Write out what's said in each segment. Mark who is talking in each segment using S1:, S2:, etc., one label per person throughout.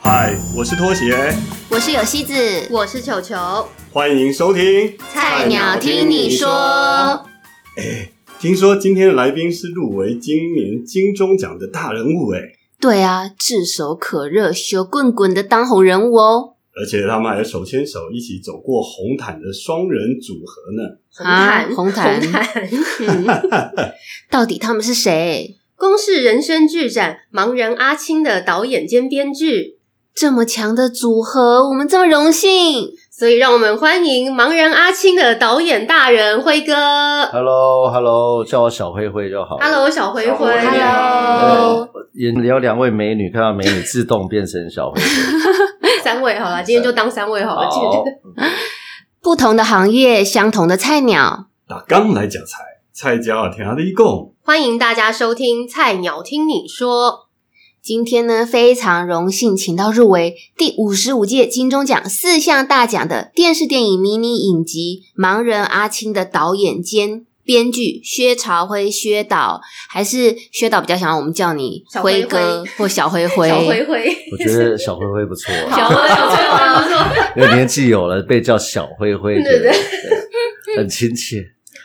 S1: 嗨，我是拖鞋，
S2: 我是有希子，
S3: 我是球球，
S1: 欢迎收听。
S2: 菜鸟听你说。
S1: 听说今天的来宾是入围今年金钟奖的大人物哎，
S2: 对啊，炙手可热、修棍棍的当红人物哦。
S1: 而且他们还手牵手一起走过红毯的双人组合呢。
S2: 啊红
S3: 红
S2: 毯
S3: 毯，红毯， 嗯
S2: 到底他们是谁？
S3: 公视人生剧展《盲人阿青》的导演兼编剧，
S2: 这么强的组合，我们这么荣幸。
S3: 所以让我们欢迎《盲人阿青》的导演大人辉哥。
S4: Hello，Hello，叫我小灰灰就好了。
S3: Hello，小灰灰。
S1: 小灰
S2: Hello，
S4: 也有两位美女，看到美女自动变成小灰灰。
S3: 三位好了，今天就当三位 好了。今天
S4: 好，
S2: 不同的行业，相同的菜鸟。
S1: 打刚来讲菜，菜椒啊，听阿力贡。
S3: 欢迎大家收听《菜鸟听你说》。
S2: 今天呢，非常荣幸请到入围第五十五届金钟奖四项大奖的电视电影迷你影集《盲人阿青》的导演兼编剧薛朝辉薛导，还是薛导比较想要我们叫你
S3: 小
S2: 辉
S3: 灰
S2: 哥或小灰
S3: 小灰灰，
S4: 我觉得小灰灰不错，啊
S3: 小灰灰不错。
S4: 因为年纪有了，被叫小灰灰，
S3: 对
S4: 觉得
S3: 对
S4: 对很亲切，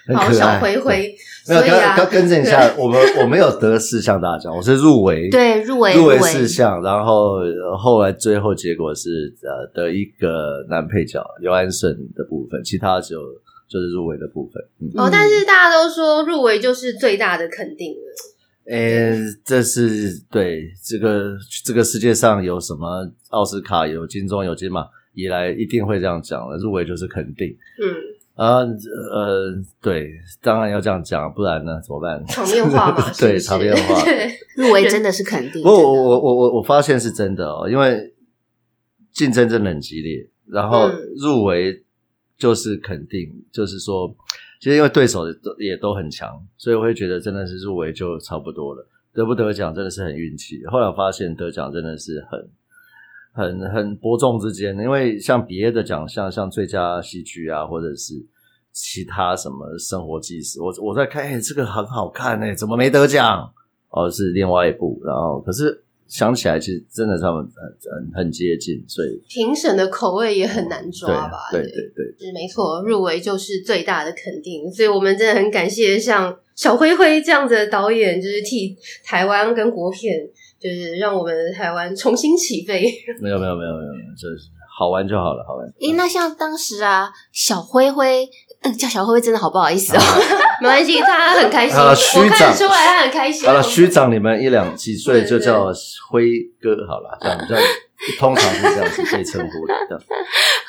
S4: 很
S3: 好，
S4: 可
S3: 小
S4: 爱。
S3: 灰灰。
S4: 没有，
S3: 所以啊
S4: 刚刚更正一下，我们我没有得四项大奖，我是入围，
S2: 对，入围
S4: 入围四项，然后呃后来最后结果是呃得一个男配角刘安顺的部分，其他只有就是入围的部分。嗯，
S3: 哦，但是大家都说入围就是最大的肯定了。
S4: 诶、哎这是对这个这个世界上有什么奥斯卡有金钟有金马以来一定会这样讲了，入围就是肯定
S3: 嗯，
S4: 啊呃对，当然要这样讲，不然呢怎 么办？
S3: 场面话嘛，是不
S4: 对
S3: 是
S4: 场 面话。
S3: 对，
S2: 入围真的是肯定。
S4: 不过我
S2: 真的
S4: 我我我我发现是真的哦，因为竞争真的很激烈，然后
S3: 嗯
S4: 入围就是肯定，就是说，其实因为对手都也都很强，所以我会觉得真的是入围就差不多了，得不得奖真的是很运气。后来我发现得奖真的是很。很很伯仲之间，因为像别的奖项，像最佳戏剧啊，或者是其他什么生活纪实，我我在看，哎、这个很好看哎、怎么没得奖？哦，是另外一部，然后可是想起来，其实真的他们很很很接近，所以
S3: 评审的口味也很难
S4: 对
S3: 抓吧？
S4: 对对对，
S3: 是没错，入围就是最大的肯定，所以我们真的很感谢像小灰灰这样子的导演，就是替台湾跟国片，就是让我们台湾重新起 飞。
S4: 没有没有没有没有，就是好玩就好了，好玩。
S2: 诶、那像当时啊，小灰灰、呃叫小灰灰真的好不好意思哦。
S4: 啊
S3: 没关系，他很开心，
S4: 好了
S3: 我
S4: 虚
S3: 看
S4: 长
S3: 得出来他很开心。
S4: 好了，虚长你们一两几岁就
S3: 对对
S4: 叫辉哥好了，这样这样通常是这样子被称呼的。这样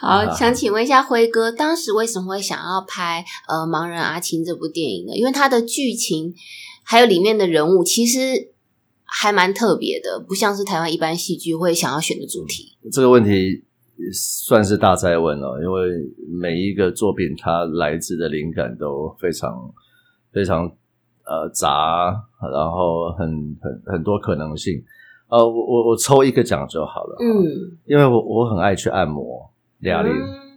S2: 好，
S4: 啊
S2: 想请问一下辉哥，当时为什么会想要拍呃《盲人阿青》这部电影呢？因为它的剧情还有里面的人物，其实还蛮特别的，不像是台湾一般戏剧会想要选的主题。
S4: 这个问题算是大灾问了，因为每一个作品它来自的灵感都非常非常呃杂，然后很很很多可能性。呃，我我我抽一个讲就好了，，
S2: 嗯，
S4: 因为我我很爱去按摩，哑铃、
S3: 嗯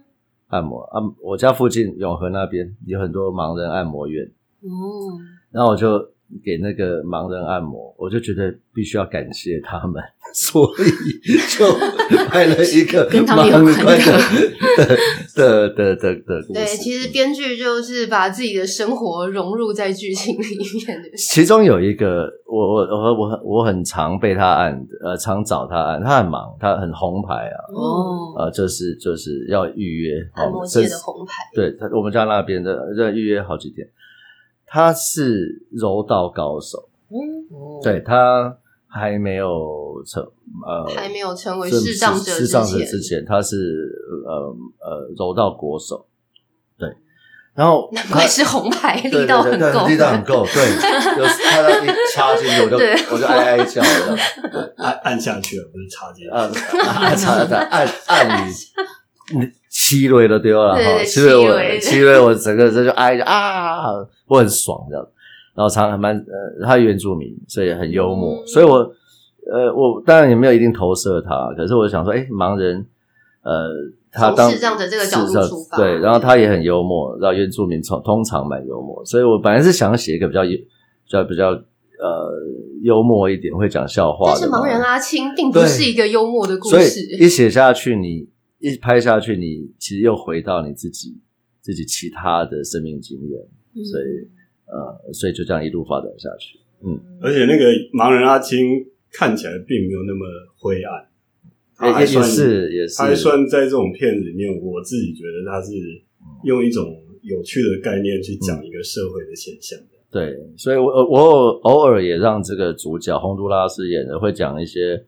S4: 按摩，按我家附近永和那边有很多盲人按摩院，
S2: 哦，
S4: 然后我就给那个盲人按摩，我就觉得必须要感谢他们， 所以就拍了一 个
S2: 跟他们有关的
S4: 盲人的 的的的的故事。
S3: 对，其实编剧就是把自己的生活融入在剧情里面的。
S4: 其中有一个，我我我我很我很常被他按，呃，常找他按，他很忙，他很红牌啊，
S2: 哦，
S4: 呃，就是就是要预约
S3: 嗯
S4: 哦
S3: 按摩界的红牌，
S4: 对他，我们家那边的要预约好几天。他是柔道高手，
S3: 嗯，
S4: 对他还没有成呃
S3: 还没有成为
S4: 是
S3: 视障者
S4: 视障者
S3: 前，
S4: 之前，他是呃呃柔道国手，对，然后
S3: 难
S4: 他
S3: 怪是红牌，
S4: 啊对对
S3: 力道
S4: 对
S3: 很
S4: 对
S3: 够，
S4: 力道很够， 对，就是他那一插进去，我就
S3: 对
S4: 我就哀哀叫了，
S1: 按按下去了，不是插进去。
S4: 按按插插按按你。你七蕊都丢了
S3: 对
S4: 哈，
S3: 对
S4: 七蕊
S3: 七蕊
S4: 我七蕊我整个这就哀着啊，我很爽这样。然后常常蛮呃，他原住民，所以很幽默，
S3: 嗯
S4: 所以我呃，我当然也没有一定投射他，可是我想说，哎，盲人，呃，他
S3: 从
S4: 当
S3: 视障者这个角度
S4: 视障
S3: 出发
S4: 对，然后他也很幽默，然后原住民通通常蛮幽默，所以我本来是想写一个比较比较比较呃幽默一点，会讲笑话
S3: 但
S4: 的
S3: 是
S4: 嘛
S3: 盲人阿青并不是一个幽默的故
S4: 所以一
S3: 事，
S4: 写下去你，一拍下去你，其实又回到你自己自己其他的生命经验，
S3: 嗯
S4: 所以呃，所以就这样一路发展下去。
S1: 而且那个盲人阿青看起来并没有那么灰暗，他还
S4: 也哎也
S1: 算
S4: 是也
S1: 他还
S4: 是，
S1: 算在这种片子里面，我自己觉得他是用一种有趣的概念去讲一个社会的现象。
S4: 对，所以我我我偶偶尔也让这个主角洪都拉斯演的会讲一些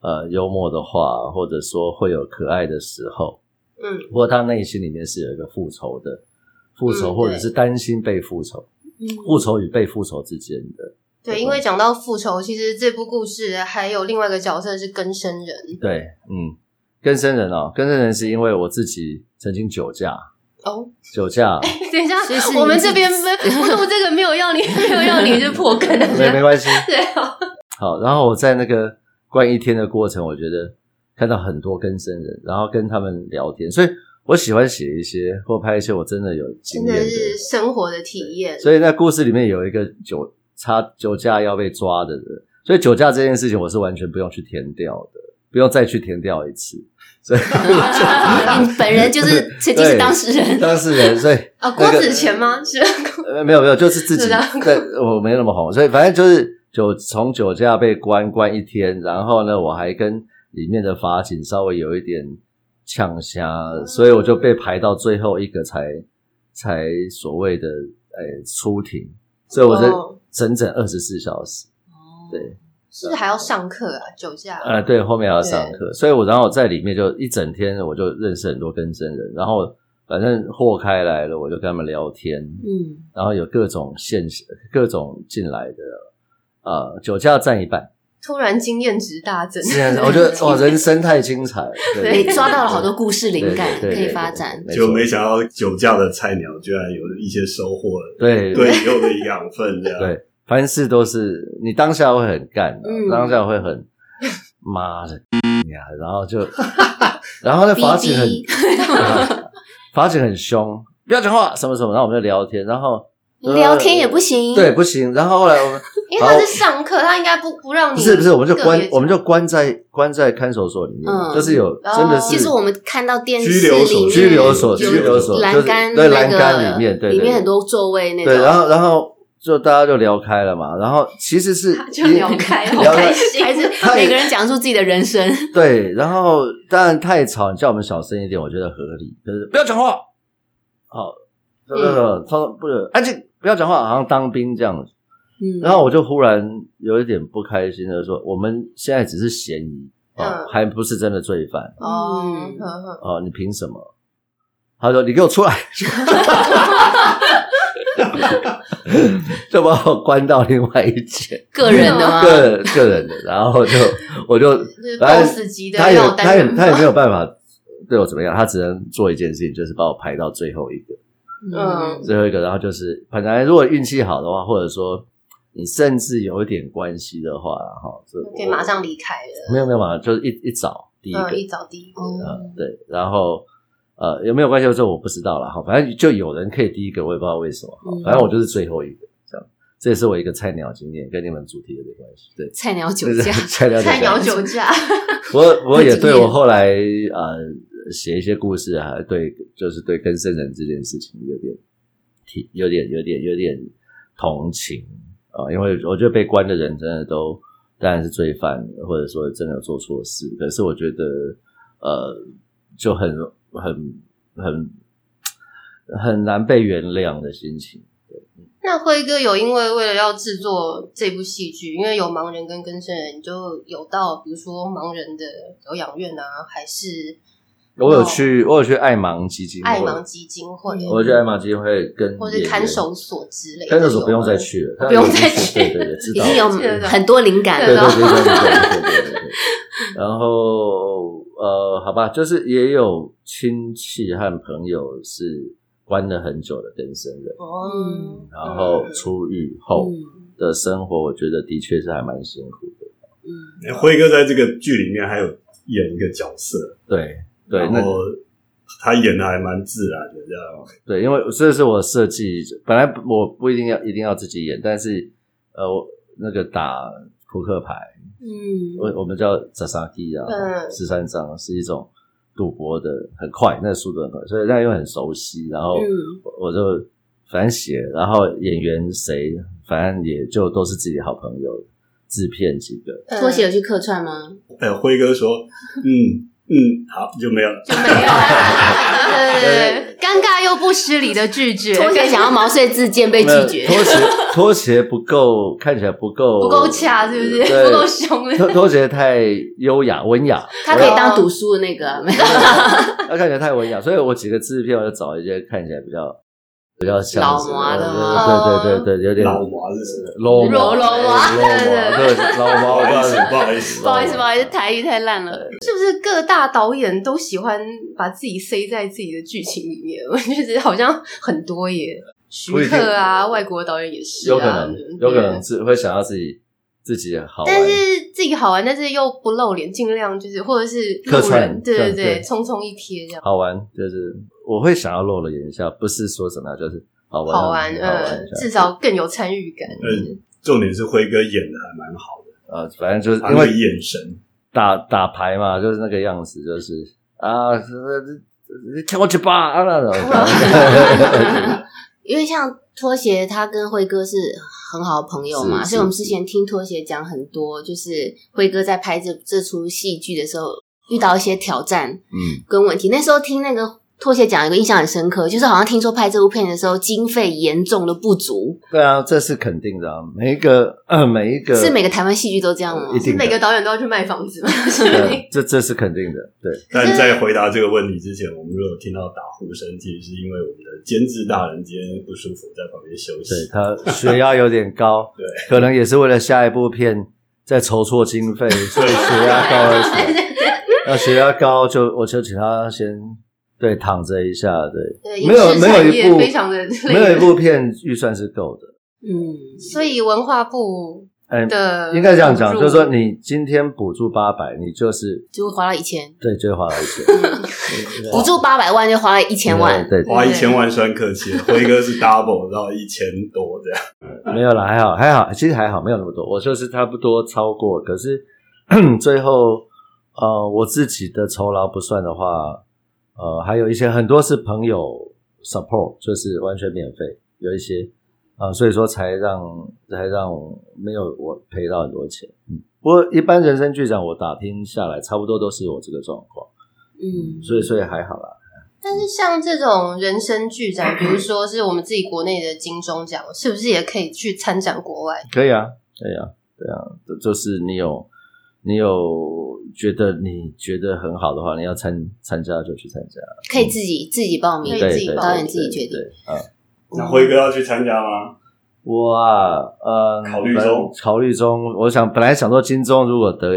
S4: 呃幽默的话，或者说会有可爱的时候。
S3: 嗯，
S4: 不过他内心里面是有一个复仇的复仇，
S3: 嗯
S4: 或者是担心被复仇，复仇与被复仇之间的。
S3: 对，因为讲到复仇，其实这部故事还有另外一个角色是更生人
S4: 对，嗯，更生人哦，更生人是因为我自己曾经酒驾，
S3: 哦。
S4: 酒驾
S3: 等一下
S2: 所以是，你
S3: 我们
S2: 自
S3: 这
S2: 己
S3: 边没不录这个没有要你，没有要你就破梗，
S4: 没没关系，
S3: 对啊，
S4: 好，然后我在那个关一天的过程，我觉得看到很多更生人，然后跟他们聊天，所以我喜欢写一些或拍一些我真的有经
S3: 真
S4: 验
S3: 的
S4: 的。
S3: 是生活的体验。
S4: 所以在故事里面有一个酒差酒驾要被抓的人，所以酒驾这件事情我是完全不用去填掉的，不用再去填掉一次。所 以
S2: 你本人就是曾经是当事人，
S4: 当事人，所以
S3: 啊，
S4: 那
S3: 郭
S4: 个
S3: 子乾吗？ 是吧
S4: 呃，没有没有，就是自己
S3: 是的
S4: 对，我没那么红，所以反正就是酒从酒驾被关关一天，然后呢，我还跟里面的法警稍微有一点呛虾，所以我就被排到最后一个才才所谓的诶、出庭，所以我是
S3: 哦
S4: 整整二十四小时，对，
S3: 是不是还要上课啊？酒驾？
S4: 呃，对，后面还要上课，所以我然后我在里面就一整天，我就认识很多跟真人，然后反正货开来了，我就跟他们聊天，
S2: 嗯，
S4: 然后有各种现各种进来的，呃，酒驾占 一半。
S3: 突然经验值大增，
S4: 这
S2: 啊
S4: 样，我觉得哇，人生太精彩了，
S2: 可
S4: 对
S2: 以抓到了好多故事灵感，可
S4: 对对对
S2: 以
S4: 对
S2: 发展。
S4: 对
S1: 就没
S4: 错
S1: 想到酒驾的菜鸟居然有一些收获，
S4: 对
S1: 对以后的养分这样。
S4: 对，凡事都是你当下会很干的
S2: 嗯，
S4: 当下会很妈的 呀，然后就，然后那法警很
S2: 哔，
S4: 法警很凶，不要讲话，什么什么，然后我们就聊天，然后呃
S2: 聊天也不行，
S4: 对，不行，然后后来我们
S3: 因为他是上课，他应该不不让你。
S4: 不是不是，我们就关
S3: 个别，
S4: 我们就关在关在看守所里面
S2: 嗯，
S4: 就是有真的是
S2: 就是我们看到电视
S1: 拘留所
S2: 里面
S4: 拘留所，
S2: 有
S4: 拘留所，
S2: 栏杆
S4: 就是对
S2: 那
S4: 栏
S2: 个
S4: 杆里面，对
S2: 里
S4: 对
S2: 面很多座位那种，
S4: 对，然后然后就大家就聊开了嘛，然后其实是
S3: 就聊 开，好
S4: 聊
S3: 开
S4: 开
S3: 心，
S2: 还是
S4: 他也
S2: 每个人讲述自己的人 生，嗯
S4: 对，然后当然太吵，你叫我们小声一点，我觉得合理，就是不要讲话，好，那个他说不是安静，不要讲话，好像当兵这样子。
S2: 嗯，
S4: 然后我就忽然有一点不开心的说，我们现在只是嫌疑。哦
S3: 嗯，
S4: 还不是真的罪犯
S3: 哦，
S2: 嗯
S3: 嗯嗯
S4: 哦，你凭什么？他说：“你给我出来！” 就把我关到另外一间。
S2: 个人的吗？
S4: 个人个人的，然后就我就
S3: 就是
S4: 反正
S3: boss 级的
S4: 他也
S3: 要
S4: 他
S3: 单
S4: 也
S3: 人
S4: 他也没有办法对我怎么样，他只能做一件事情，就是把我排到最后一个，
S2: 嗯，
S4: 最后一个，然后就是本来如果运气好的话，或者说你甚至有一点关系的话，哈，就
S3: 可以马上离开了。
S4: 没有没有嘛，就是一一早嗯第一个，
S3: 嗯，一早第一个，
S4: 嗯对，然后。呃，有没有关系？这我不知道了哈。反正就有人可以第一个，我也不知道为什么。哈
S2: 嗯
S4: 反正我就是最后一个，这样。这也是我一个菜鸟经验，跟你们主题有点关系。对，
S2: 菜鸟酒
S4: 就是
S2: 驾，
S4: 菜鸟
S3: 菜鸟酒
S4: 酒驾
S3: 驾，
S4: 我我也
S2: 经
S4: 对
S2: 验
S4: 我后来呃写一些故事啊，对，就是对跟生人这件事情有点体，有点有点有点同情啊、因为我觉得被关的人真的都当然是罪犯，或者说真的有做错事，可是我觉得呃就很很很很难被原谅的心情。
S3: 那辉哥有因为为了要制作这部戏剧，因为有盲人跟更生人，你就有到比如说盲人的疗养院啊，还是
S4: 我有去，我有去爱盲基金
S3: 哦
S4: 会，
S3: 爱盲基金会，
S4: 嗯我有去爱盲基金会跟
S3: 或
S4: 演
S3: 是
S4: 员
S3: 看守所之类的，
S4: 看守所不用
S3: 有吗
S4: 再去了，
S3: 不用再去
S4: 对对对，知
S2: 已
S4: 道
S2: 经有
S4: 了。
S3: 知道
S2: 很多灵感
S4: 对对
S2: 了，
S4: 对对对对对对对对。然后呃，好吧，就是也有亲戚和朋友是关了很久的更生人，
S3: 哦，
S2: 嗯
S4: 然后出狱后
S2: 嗯
S4: 的生活，我觉得的确是还蛮辛苦的。
S1: 对，辉哥在这个剧里面还有演一个角色，
S4: 对对，
S1: 然
S4: 那
S1: 后他演的还蛮自然的这样。
S4: 对，因为这是我设计，本来我不一定要一定要自己演，但是呃，我那个打扑克牌，
S2: 嗯，
S4: 我我们叫 s a s a k i 啊，
S3: 嗯
S4: 十三张是一种赌博的，很快，那个速度很快，所以那又很熟悉，然后
S2: 嗯
S4: 我我就反正写，然后演员谁，反正也就都是自己的好朋友，制片几个，
S2: 拖鞋有去客串 吗？
S1: 哎，辉哥说，嗯嗯，好，就没有了。
S3: 就没有，对对对，尴尬又不失礼的拒绝，
S2: 拖鞋想要毛遂自荐被拒
S4: 没有
S2: 绝，
S4: 拖 鞋拖鞋不够，看起来不够
S3: 不够恰，是不是？
S4: 对
S3: 不够凶了。
S4: 拖拖鞋太优雅文雅，
S2: 他可以当读书的那个啊，没有
S4: 他看起来太文雅，所以我几个制片我就找一些看起来比较比较像
S2: 老
S4: 是
S2: 麻的
S3: 吗
S4: 对对对对，有点
S1: 老娃是什么？
S4: 老麻
S3: 老老麻
S1: 哦
S4: 对对老
S1: 不
S4: 毛
S1: 好意思，
S4: 吧
S1: 不好意思，
S2: 不好意思，不好意思，台语太烂了。
S3: 是不是各大导演都喜欢把自己塞在自己的剧情里面？ 我觉得好像很多耶，徐
S4: 不一定
S3: 克啊，外国导演也是、啊，
S4: 有可能有可能自会想要自己自己好玩
S3: 但，是自己好玩，但是又不露脸，尽量就是或者是
S4: 客
S3: 路人，
S4: 串
S3: 对对
S4: 对对
S3: 匆匆一瞥这样。
S4: 好玩就是我会想要露了眼一下，不是说怎么样，就是好玩啊
S3: 好玩，
S4: 好
S3: 呃
S4: 玩一，下
S3: 至少更有参与感。
S1: 嗯，重点是辉哥演的还蛮好
S4: 呃，反正就是
S1: 的，
S4: 因
S1: 因为
S4: 为
S1: 眼神，
S4: 打打牌嘛，就是那个样子，就是啊，这这跳过去吧啊那种。
S2: 因为像拖鞋，他跟辉哥是很好的朋友嘛，
S4: 是
S2: 所以我们
S4: 是
S2: 之前听拖鞋讲很多，就是辉哥在拍这这出戏剧的时候遇到一些挑战
S4: 嗯，
S2: 跟问题。那时候听那个拖鞋讲，有个印象很深刻，就是好像听说拍这部片的时候经费严重的不足，
S4: 对啊，这是肯定的啊，每一个、 呃、每一个
S2: 是每个台湾戏剧都这样吗
S4: 一？
S3: 是
S4: 定的
S3: 每个导演都要去卖房子吗？是不是
S4: 对，这这是肯定的，对，
S1: 但在回答这个问题之前，我们如果有听到打呼声，其实是因为我们的监制大人今天不舒服，在旁边休息
S4: 对。他血压有点高，
S1: 对，
S4: 可能也是为了下一部片在筹措经费，所以血压 高了起来。那血压高就我就请他先对躺着一下， 对，
S3: 呃对，影
S4: 没有
S3: 视
S4: 没有
S3: 产
S4: 一
S3: 业
S4: 部
S3: 非常的累
S4: 没有一部片预算是够的，
S2: 嗯，
S3: 所以文化部
S4: 哎，
S3: 的
S4: 应该这样讲，
S3: 补助
S4: 就是说你今天补助八百，你就是
S2: 就会花了一千，
S4: 对，就花了 一千，
S2: 补助八百万就花了一千万，
S4: 对，对
S1: 花一千万算客气了，辉哥是 double 到一千多这样。
S4: 没有啦，还好，还好，其实还好，没有那么多，我就是差不多超过，可是 最后呃，我自己的酬劳不算的话，呃，还有一些很多是朋友 support，就是完全免费，有一些啊、呃所以说才让才让我没有我赔到很多钱，嗯，不过一般人生剧展我打听下来，差不多都是我这个状况，
S2: 嗯，
S4: 所以所以还好啦。
S3: 但是像这种人生剧展，比如说是我们自己国内的金钟奖，是不是也可以去参展国外？
S4: 可以啊，可以啊，对啊，就就是你有你有觉得你觉得很好的话，你要参参加就去参加，
S2: 可以自己自己报名
S3: 可以，
S4: 对
S3: 自己
S4: 对
S3: 报
S2: 导
S3: 名
S2: 演自己决定
S4: 对。对啊，
S1: 那辉哥要去参加吗？
S4: 我啊，呃，
S1: 考虑
S4: 本
S1: 中
S4: 考虑中，我想本来想说金钟如果得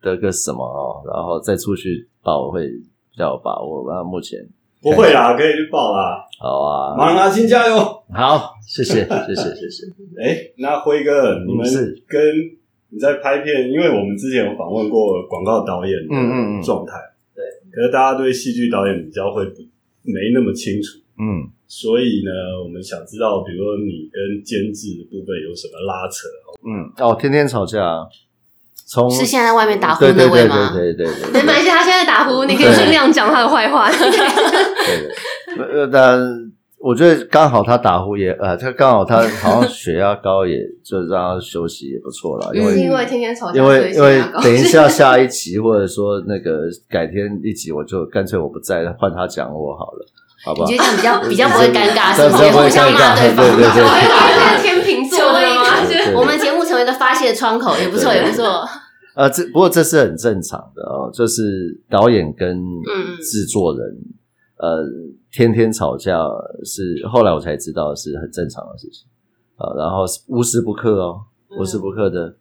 S4: 得个什么哦，然后再出去报会比较有把握。那目前
S1: 不会啦，可以去报啦。
S4: 好啊，
S1: 马拉金加油！
S4: 好，谢谢，谢谢，谢谢。
S1: 哎，那辉哥，你们
S4: 嗯是
S1: 跟你在拍片，因为我们之前有访问过广告导演
S4: 嗯嗯
S1: 的
S4: 嗯
S1: 状态，对。可是大家对戏剧导演比较会不没那么清楚，
S4: 嗯，
S1: 所以呢，我们想知道，比如说你跟监制的部分有什么拉扯？
S4: 嗯，哦，天天吵架啊，从
S2: 是现在在外面打呼
S4: 对
S2: 那
S4: 对
S2: 位
S4: 对
S2: 吗？
S4: 对对对对对，
S3: 没关系，他现在打呼，你可以尽量讲他的坏话。
S4: 对的，呃，但我觉得刚好他打呼也，呃，他刚好他好像血压高也，就让他休息也不错啦，因
S3: 是
S4: 为
S3: 因为天天吵架，
S4: 因为因
S3: 嗯所以血
S4: 为
S3: 压高
S4: 等 一下下一集或者说那个改天一集，我就干脆我不在，换他讲我好了，好不
S2: 你
S4: 好
S2: 觉？得这样比较比较不会尴尬，
S4: 这
S2: 是吗？
S4: 样比较不会
S2: 互相骂
S4: 尴尬
S2: 方嘛，
S4: 对对对
S2: 不会
S3: 因为
S2: 尴
S3: 是
S2: 尬
S3: 天 秤座的吗？
S4: 对对
S2: 我们节目成为一个发泄的窗口，也不错，
S4: 对
S2: 也不错。
S4: 呃，这不过这是很正常的哦，就是导演跟
S3: 嗯
S4: 制作人，呃，天天吵架是后来我才知道是很正常的事情呃，然后是无时不刻哦，无时不刻的，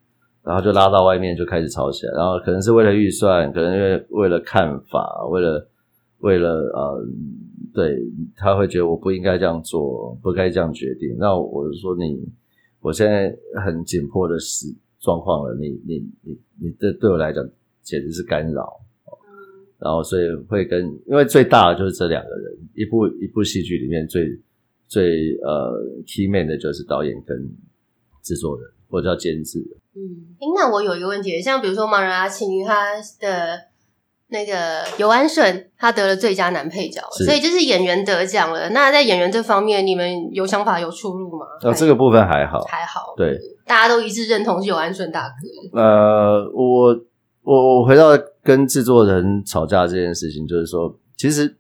S4: 然后就拉到外面就开始吵起来，然后可能是为了预算，可能为为了看法，为了为了呃，对他会觉得我不应该这样做，不该这样决定。那我就说你，我现在很紧迫的时状况了，你你你你这对我来讲简直是干扰。然后所以会跟，因为最大的就是这两个人，一部一部戏剧里面最最呃 key man 的就是导演跟制作人，或者叫监制的。
S3: 嗯，诶那我有一个问题，像比如说盲人阿青，他的那个尤安顺，他得了最佳男配角，
S4: 是
S3: 所以就是演员得奖了。那在演员这方面，你们有想法有出入吗？
S4: 那、哦这个部分还好，
S3: 还好，
S4: 对，
S3: 大家都一致认同是尤安顺大哥。
S4: 呃，我我我回到跟制作人吵架这件事情，就是说，其实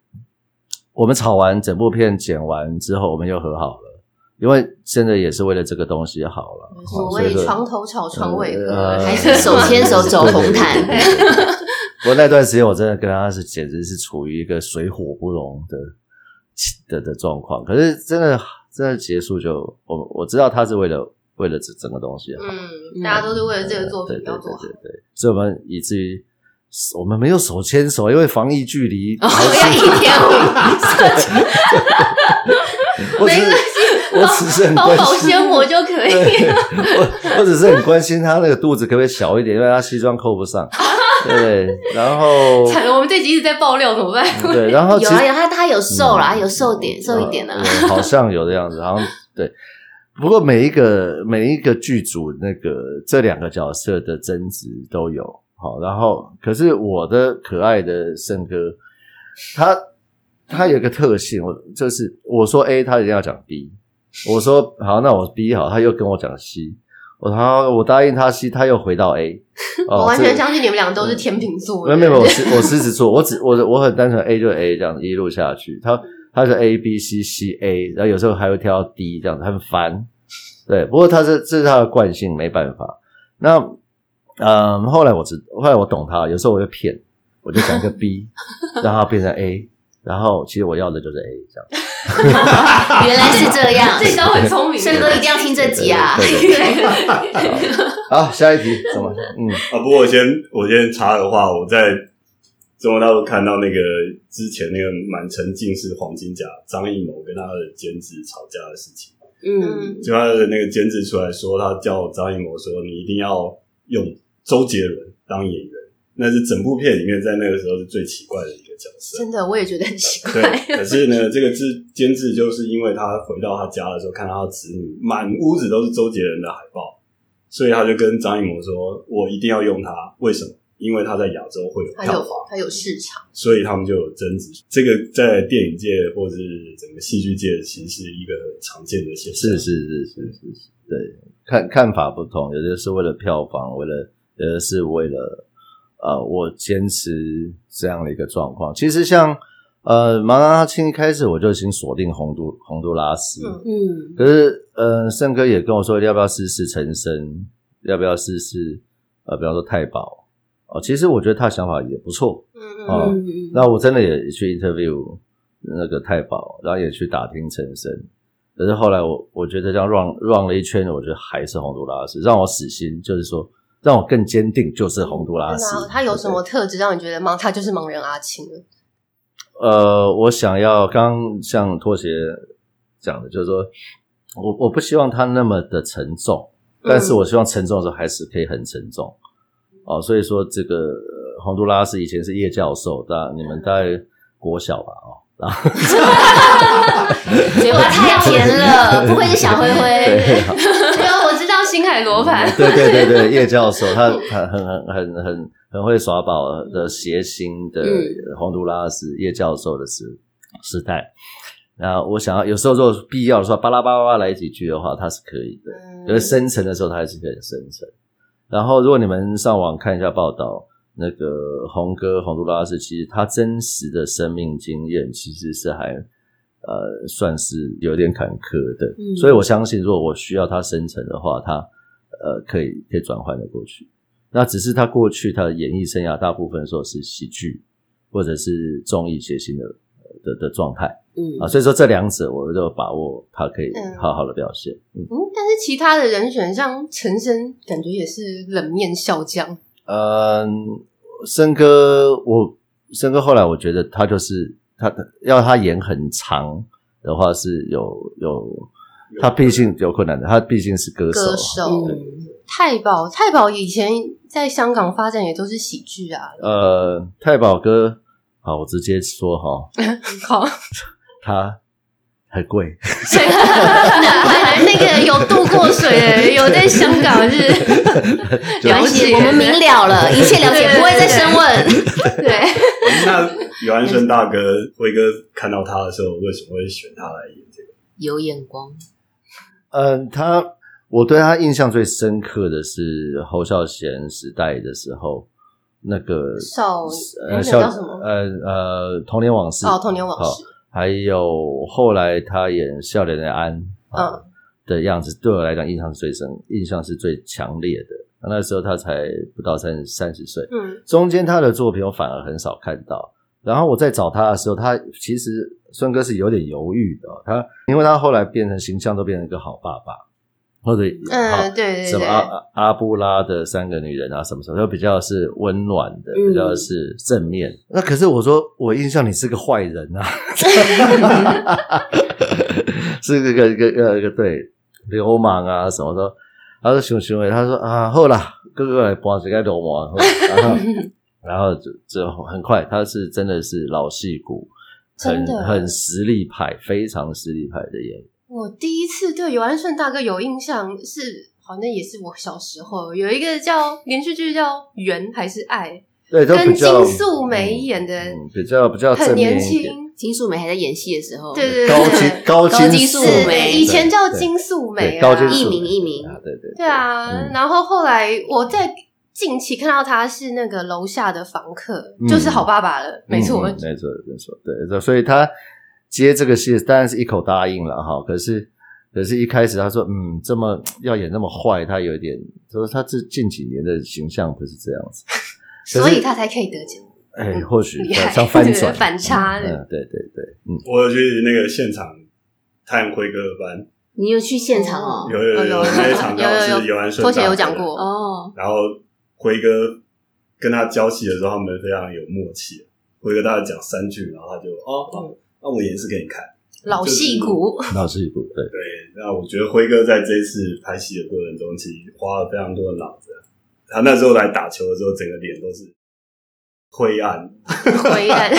S4: 我们吵完整部片剪完之后，我们又和好了，因为真的也是为了这个东西好了。
S3: 所
S4: 所以
S3: 谓
S4: 说
S3: 床头吵，床尾和，
S4: 呃
S3: 还
S2: 还
S3: 是
S2: 是手牵手走红毯，
S4: 我那段时间我真的跟他是简直是处于一个水火不容的的的状况，可是真的真的结束就我我知道他是为了为了这整个东西好，啊
S3: 嗯，大家都是为了这个作品
S4: 对
S3: 要
S4: 对对
S3: 做好
S4: 对。对对，所以我们以至于我们没有手牵手，因为防疫距离
S2: 我
S4: 还
S2: 哦要
S4: 是。
S2: 一点五，
S4: 我
S3: 没关
S4: 只是我只是很
S3: 包
S4: 关
S3: 保
S4: 心，
S3: 鲜膜就可以。
S4: 对我我只是很关心他那个肚子可不可以小一点，因为他西装扣不上。对，然 后
S3: 惨了，我们这集一直在爆料，怎么办？
S4: 对，然后其
S2: 有
S4: 实
S2: 啊有，他他有瘦啦，
S4: 嗯
S2: 有瘦点，瘦一点的啦。
S4: 呃好像有的样子，好像 对。不过每一个每一个剧组那个这两个角色的争执都有，好，然后可是我的可爱的胜哥，他他有一个特性，我就是我说 A，他一定要讲 B，我说好，那我 B 好，他又跟我讲 C，我他我答应他 C，他又回到 A，哦
S3: 我完
S4: 这
S3: 全
S4: 个
S3: 相信你们俩都是天秤座
S4: 没
S3: 的。
S4: 有没有，我狮我狮子座，我只我我很单纯，A 就 A 这样子一路下去。他他是 A B C C A，然后有时候还会跳到 D 这样子，很烦。对，不过他是这是他的惯性，没办法。那嗯，后来我知，后来我懂他，有时候我会骗，我就讲个 B，让 他变成 A，然后其实我要的就是 A 这样。
S2: 原来是这样，
S3: 这招很聪明，
S2: 胜哥一定要听这集啊！
S4: 对对好，下一题怎么？嗯，
S1: 啊，不过我先我先插的话，我在中国大陆看到那个之前那个满城尽是黄金甲张艺谋跟他的监制吵架的事情，
S2: 嗯，
S3: 嗯，
S1: 就他的那个监制出来说，他叫张艺谋说你一定要用周杰伦当演员，那是整部片里面在那个时候是最奇怪的一个角色。
S3: 真的，我也觉得很奇 怪。
S1: 对，可是呢，这个制监制就是因为他回到他家的时候，看到他子女满屋子都是周杰伦的海报，所以他就跟张艺谋说：“我一定要用它，为什么？因为他在亚洲会有
S3: 它
S1: 票
S3: 有
S1: 房。”
S3: 它有市场，
S1: 所以他们就有争执。这个在电影界或是整个戏剧界，其实是一个很常见的现象。
S4: 是是是是是是，对，看看法不同，有的是为了票房，为了有的是为了呃，我坚持这样的一个状况。其实像呃，马拉钦一开始我就已经锁定洪都洪都拉斯，
S3: 嗯
S2: 嗯，
S4: 可是呃，胜哥也跟我说要不要试试陈升，要不要试试呃，比方说太保哦、其实我觉得他想法也不错，
S3: 嗯
S4: 哦
S3: 嗯，
S2: 嗯嗯
S4: 那我真的也去 interview 那个太保，然后也去打听陈升，可是后来我我觉得这样 run run 了一圈，我觉得还是洪都拉斯，让我死心，就是说让我更坚定，就是洪都拉斯
S3: 真的啊。他有什么特质让你觉得盲？他就是盲人啊阿青了。
S4: 呃，我想要刚刚像拖鞋讲的，就是说我我不希望它那么的沉重，
S3: 嗯
S4: 但是我希望沉重的时候还是可以很沉重。哦，所以说这个呃洪都拉斯以前是叶教授，大你们大概国小吧，哦，
S2: 嘴巴太甜了，不愧是小灰灰。
S4: 对，
S3: 对啊，我知道星海罗盘，
S4: 嗯对对对对，叶教授他他很很很很很会耍宝的谐星的
S2: 嗯
S4: 洪都拉斯叶教授的时时代。那我想要有时候如果必要的话，巴拉巴拉巴拉来几句的话，它是可以的。
S3: 嗯
S4: 可是深层的时候，它还是可以很深层。然后，如果你们上网看一下报道，那个红哥洪都拉斯，其实他真实的生命经验其实是还呃算是有点坎坷的。
S2: 嗯
S4: 所以我相信，如果我需要他深层的话，他呃可以可以转换的过去。那只是他过去他的演艺生涯大部分时候是喜剧或者是综艺谐星的呃的的状态啊，
S2: 嗯，
S4: 所以说这两者我都有把握，他可以
S3: 嗯
S4: 好好的表现。嗯
S3: 嗯，但是其他的人选像陈升，感觉也是冷面笑匠。
S4: 嗯，森哥，我森哥后来我觉得他就是他要他演很长的话是有有，他毕竟有困难的，他毕竟是歌手啊，
S3: 歌手
S2: 嗯
S3: 太保，太保以前在香港发展也都是喜剧啊。
S4: 呃， 太保哥，好，我直接说哈、
S3: 好，
S4: 他很贵，
S3: 所以那那个有渡 过水的，有在香港是，
S4: 就
S3: 了
S2: 关系
S3: 解
S2: 我们明了了，一切了解，不会再深问。
S3: 对，
S1: 那刘安生大哥，辉哥看到他的时候，为什么会选他来演这个？
S2: 有眼光，
S4: 嗯，他我对他印象最深刻的是侯孝贤时代的时候，那个
S3: 少
S4: 呃
S3: 那
S4: 孝
S3: 叫什么？
S4: 呃呃童年往事
S3: 哦，童年往事
S4: 好，还有后来他演笑脸的安啊的样子，对我来讲印象最深，印象是最强烈的。那时候他才不到三三十岁，
S3: 嗯，
S4: 中间他的作品我反而很少看到。然后我在找他的时候，他其实孙哥是有点犹豫的哦、他因为他后来变成形象都变成一个好爸爸，或者好
S3: 嗯，对对
S4: 什么
S3: 对，
S4: 阿阿阿布拉的三个女人啊，什么什么，都比较是温暖的，
S2: 嗯
S4: 比较是正面。那可是我说，我印象你是个坏人 啊，是个个个个个对流氓啊什么的。他说熊熊伟，他说啊，后啦，哥哥来帮这个流氓，然后然后就就很快，他是真的是老戏骨，
S3: 真
S4: 很
S3: 的
S4: 很实力派，非常实力派的演员。
S3: 我第一次对尤安顺大哥有印象是，好像也是我小时候有一个叫连续剧叫《缘还是爱》，
S4: 对，都
S3: 跟
S4: 比较
S3: 金素梅演的
S4: 嗯嗯比较比较
S3: 很
S4: 正面
S3: 年
S4: 一点
S3: 轻，
S2: 金素梅还在演戏的时候，
S3: 对对对，
S4: 高
S3: 对
S4: 金高
S2: 金
S4: 金
S2: 素
S4: 素
S3: 是
S2: 梅
S3: 以前叫
S4: 对
S3: 金素梅
S4: 对
S3: 啊，
S4: 高金
S2: 艺
S4: 素
S2: 名
S4: 梅
S2: 艺名
S4: 啊对对
S3: 对啊，
S4: 嗯
S3: 然后后来我在近期看到他是那个楼下的房客，
S4: 嗯
S3: 就是好爸爸了，没错。
S4: 嗯嗯没错没错，对，所以他接这个戏当然是一口答应了哈，可是可是一开始他说嗯，这么要演那么坏，他有一点说他这近几年的形象不是这样子，
S3: 所以他才可以得奖，
S4: 哎，或许
S3: 厉害
S4: 像翻转
S3: 反差
S4: 嗯，嗯对对对，嗯，
S1: 我有去那个现场看辉哥的班，
S2: 你有去现场哦？
S1: 有有有
S3: 有
S1: 那一场刚好
S3: 有有
S1: 是
S3: 有
S1: 尤安顺
S3: 拖鞋有
S1: 大哥
S3: 讲
S1: 的
S3: 过，
S2: 哦，
S1: 然后辉哥跟他交戏的时候，他们非常有默契。辉哥大概讲三句，然后他就哦，好那我演示给你看。
S3: 老戏骨，
S4: 老师一部对，
S1: 对，那我觉得辉哥在这一次拍戏的过程中，其实花了非常多的脑子。他那时候来打球的时候，整个脸都是灰暗，
S3: 灰暗，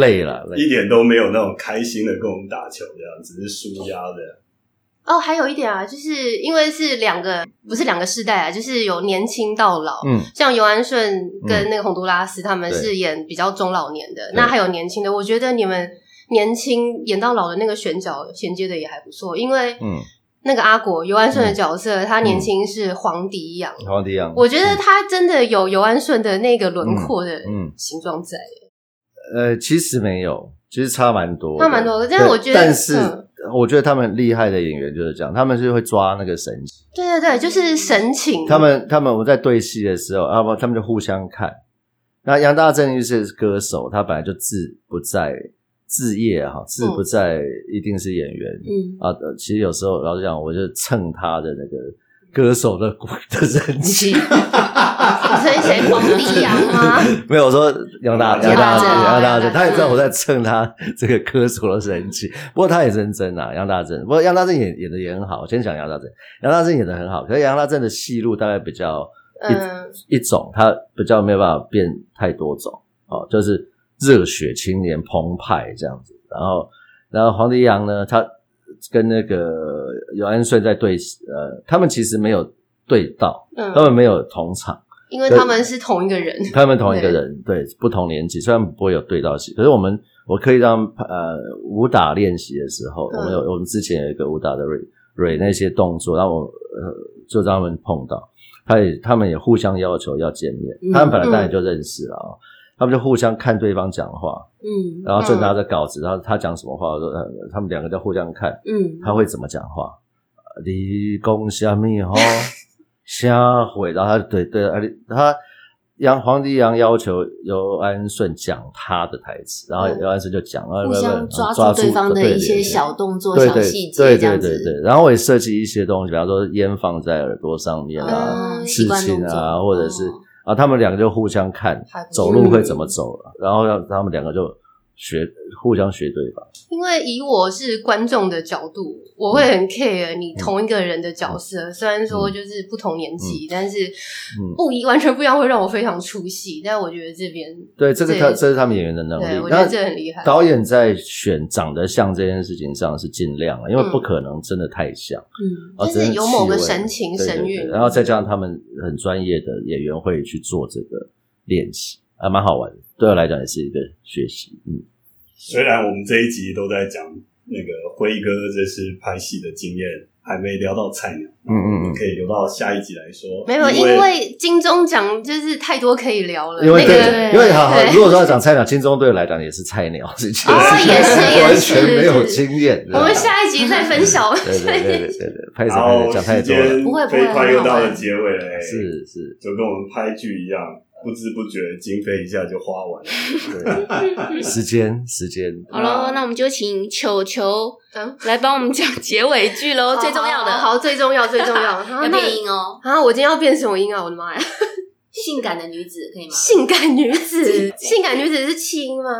S4: 累了累
S1: 一
S4: 了，
S1: 点都没有那种开心的跟我们打球这样，只是舒压的。
S3: 哦，还有一点啊，就是因为是两个，不是两个世代啊，就是有年轻到老。
S4: 嗯，
S3: 像尤安顺跟那个洪都拉斯，他们
S4: 对
S3: 是演比较中老年的，
S4: 对
S3: 那还有年轻的。我觉得你们年轻演到老的那个选角衔接的也还不错，因为
S4: 嗯
S3: 那个阿果尤安顺的角色，他年轻是黄迪养，
S4: 黄帝样，
S3: 我觉得他真的有尤安顺的那个轮廓的
S4: 嗯嗯
S3: 形状在。
S4: 呃，其实没有，其实差蛮多的，
S3: 差蛮多的但
S4: 对
S3: 我觉得
S4: 但是
S3: 嗯
S4: 我觉得他们厉害的演员就是这样，他们是会抓那个神奇。
S3: 对对对，就是神情。
S4: 他们他们我们在对戏的时候，啊不，他们就互相看。那杨大正就是歌手，他本来就志不在志业哈，志
S3: 嗯
S4: 不在一定是演员、
S2: 嗯，
S4: 啊。呃其实有时候老实讲，我就蹭他的那个歌手的 的人气。
S3: 所以谁黄迪养吗？
S4: 没有我说杨大
S1: 杨
S4: 大
S1: 大
S4: 正
S1: 正
S3: 杨
S4: 杨大
S3: 大
S4: 正，
S3: 正
S4: 他也知道我在蹭他这个歌手的人气，不过他也认真啊，杨大正。不过杨大正演演的也很好，先讲杨大正，杨大正演的很好，可是杨大正的戏路大概比较一、
S3: 嗯
S4: 一种，他比较没有办法变太多种哦，就是热血青年澎湃这样子。然后，然后黄帝阳呢，他跟那个尤安顺在对呃，他们其实没有对到，他
S3: 嗯，
S4: 们没有同场。
S3: 因为他们是同一个人。
S4: 他们同一个人，对不同年纪，虽然不会有对到戏，可是我们我可以让呃武打练习的时候，
S3: 嗯
S4: 我们有我们之前有一个武打的蕊蕊那些动作，让我呃就让他们碰到，他也他们也互相要求要见面，
S2: 嗯
S4: 他们本来当然就认识了啊、他们就互相看对方讲话，
S2: 嗯
S4: 然后就拿着稿子，然后他讲什么话，我说呃他们两个在互相看，
S2: 嗯，
S4: 他会怎么讲话？呃你讲什么 吼？瞎回，然后他对对，啊你他杨黄帝阳要求尤安顺讲他的台词，然后
S2: 嗯
S4: 尤安顺就讲，啊
S2: 互
S4: 不
S2: 相
S4: 不
S2: 抓
S4: 抓
S2: 住对方的一些
S4: 对
S2: 小动作、
S4: 对
S2: 小
S4: 对
S2: 细
S4: 对
S2: 节，这
S4: 对
S2: 样
S4: 对对
S2: 子，
S4: 对，然后我也设计一些东西，比方说烟放在耳朵上面啊，
S2: 嗯
S4: 事
S2: 习惯动
S4: 情
S2: 作
S4: 啊，或者是
S2: 哦
S4: 啊，他们两个就互相看
S3: 还不
S4: 走路会怎么走啊，然后让他们两个就学互相学对方。
S3: 因为以我是观众的角度，我
S4: 嗯
S3: 会很 care 你同一个人的角色，虽然说就是不同年纪，
S4: 嗯
S3: 但是不一完全不一样，会让我非常出戏。但我觉得这边
S4: 对，这个他
S3: 对
S4: 这是他们演员的能
S3: 对
S4: 力。
S3: 我觉
S4: 那
S3: 得这很厉害
S4: 导演在选长得像这件事情上是尽量啊了，因为
S3: 嗯
S4: 不可能真的太像，
S2: 嗯，
S4: 啊
S3: 就是
S4: 真的
S3: 有某个
S4: 气味
S3: 神情
S4: 对对
S3: 神
S4: 对
S3: 韵
S4: 然后再加上他们很专业的演员会去做这个练习，还蛮好玩的。对我来讲也是一个学习。嗯，
S1: 虽然我们这一集都在讲那个辉哥这次拍戏的经验，还没聊到菜鸟，
S4: 嗯嗯嗯
S1: 可以留到下一集来说。
S3: 没有，因
S1: 因
S3: 为金钟奖就是太多可以聊了，
S4: 因为
S3: 那
S4: 对，
S3: 个
S4: 因为好好
S3: 对，哦
S4: 如果说要讲菜鸟，金钟对我来讲也是菜鸟，这件事情
S3: 也是也是
S4: 完全没有经验。
S3: 我们下一集再分享。
S4: 对对对 对对对，拍手
S1: 然
S4: 拍
S1: 后
S4: 手讲太
S1: 时
S4: 多了，
S1: 间
S3: 不会不会
S1: 飞快又到
S3: 很好
S1: 了
S3: 玩
S1: 结尾了、欸，
S4: 是是。
S1: 就跟我们拍剧一样，不知不觉经费一下就花完了。
S4: 对，时间时间，
S2: 好喽，那我们就请球球
S3: 嗯
S2: 来帮我们讲结尾句喽，最重要的，
S3: 好，最重要，最重要。 啊
S2: 要
S3: 那
S2: 变音哦，
S3: 啊！我今天要变什么音啊？我 的妈呀！
S2: 性感的女子可以吗？
S3: 性感女子，性感女子是气音吗？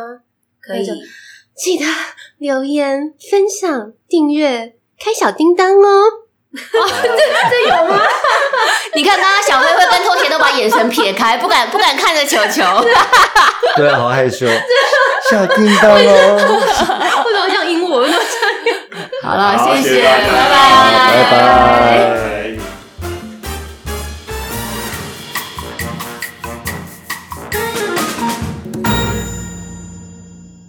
S2: 可以
S3: 那，就记得留言、分享、订阅、开小叮当哦。
S2: 你看刚刚小慧慧跟拖鞋都把眼神撇开，不敢不敢看着球球，
S4: 对啊，好害羞，下叮当哦，
S3: 为什么像英文呢？
S2: 好了，
S1: 好
S2: 谢
S1: 谢谢大家
S2: 拜
S4: 拜拜。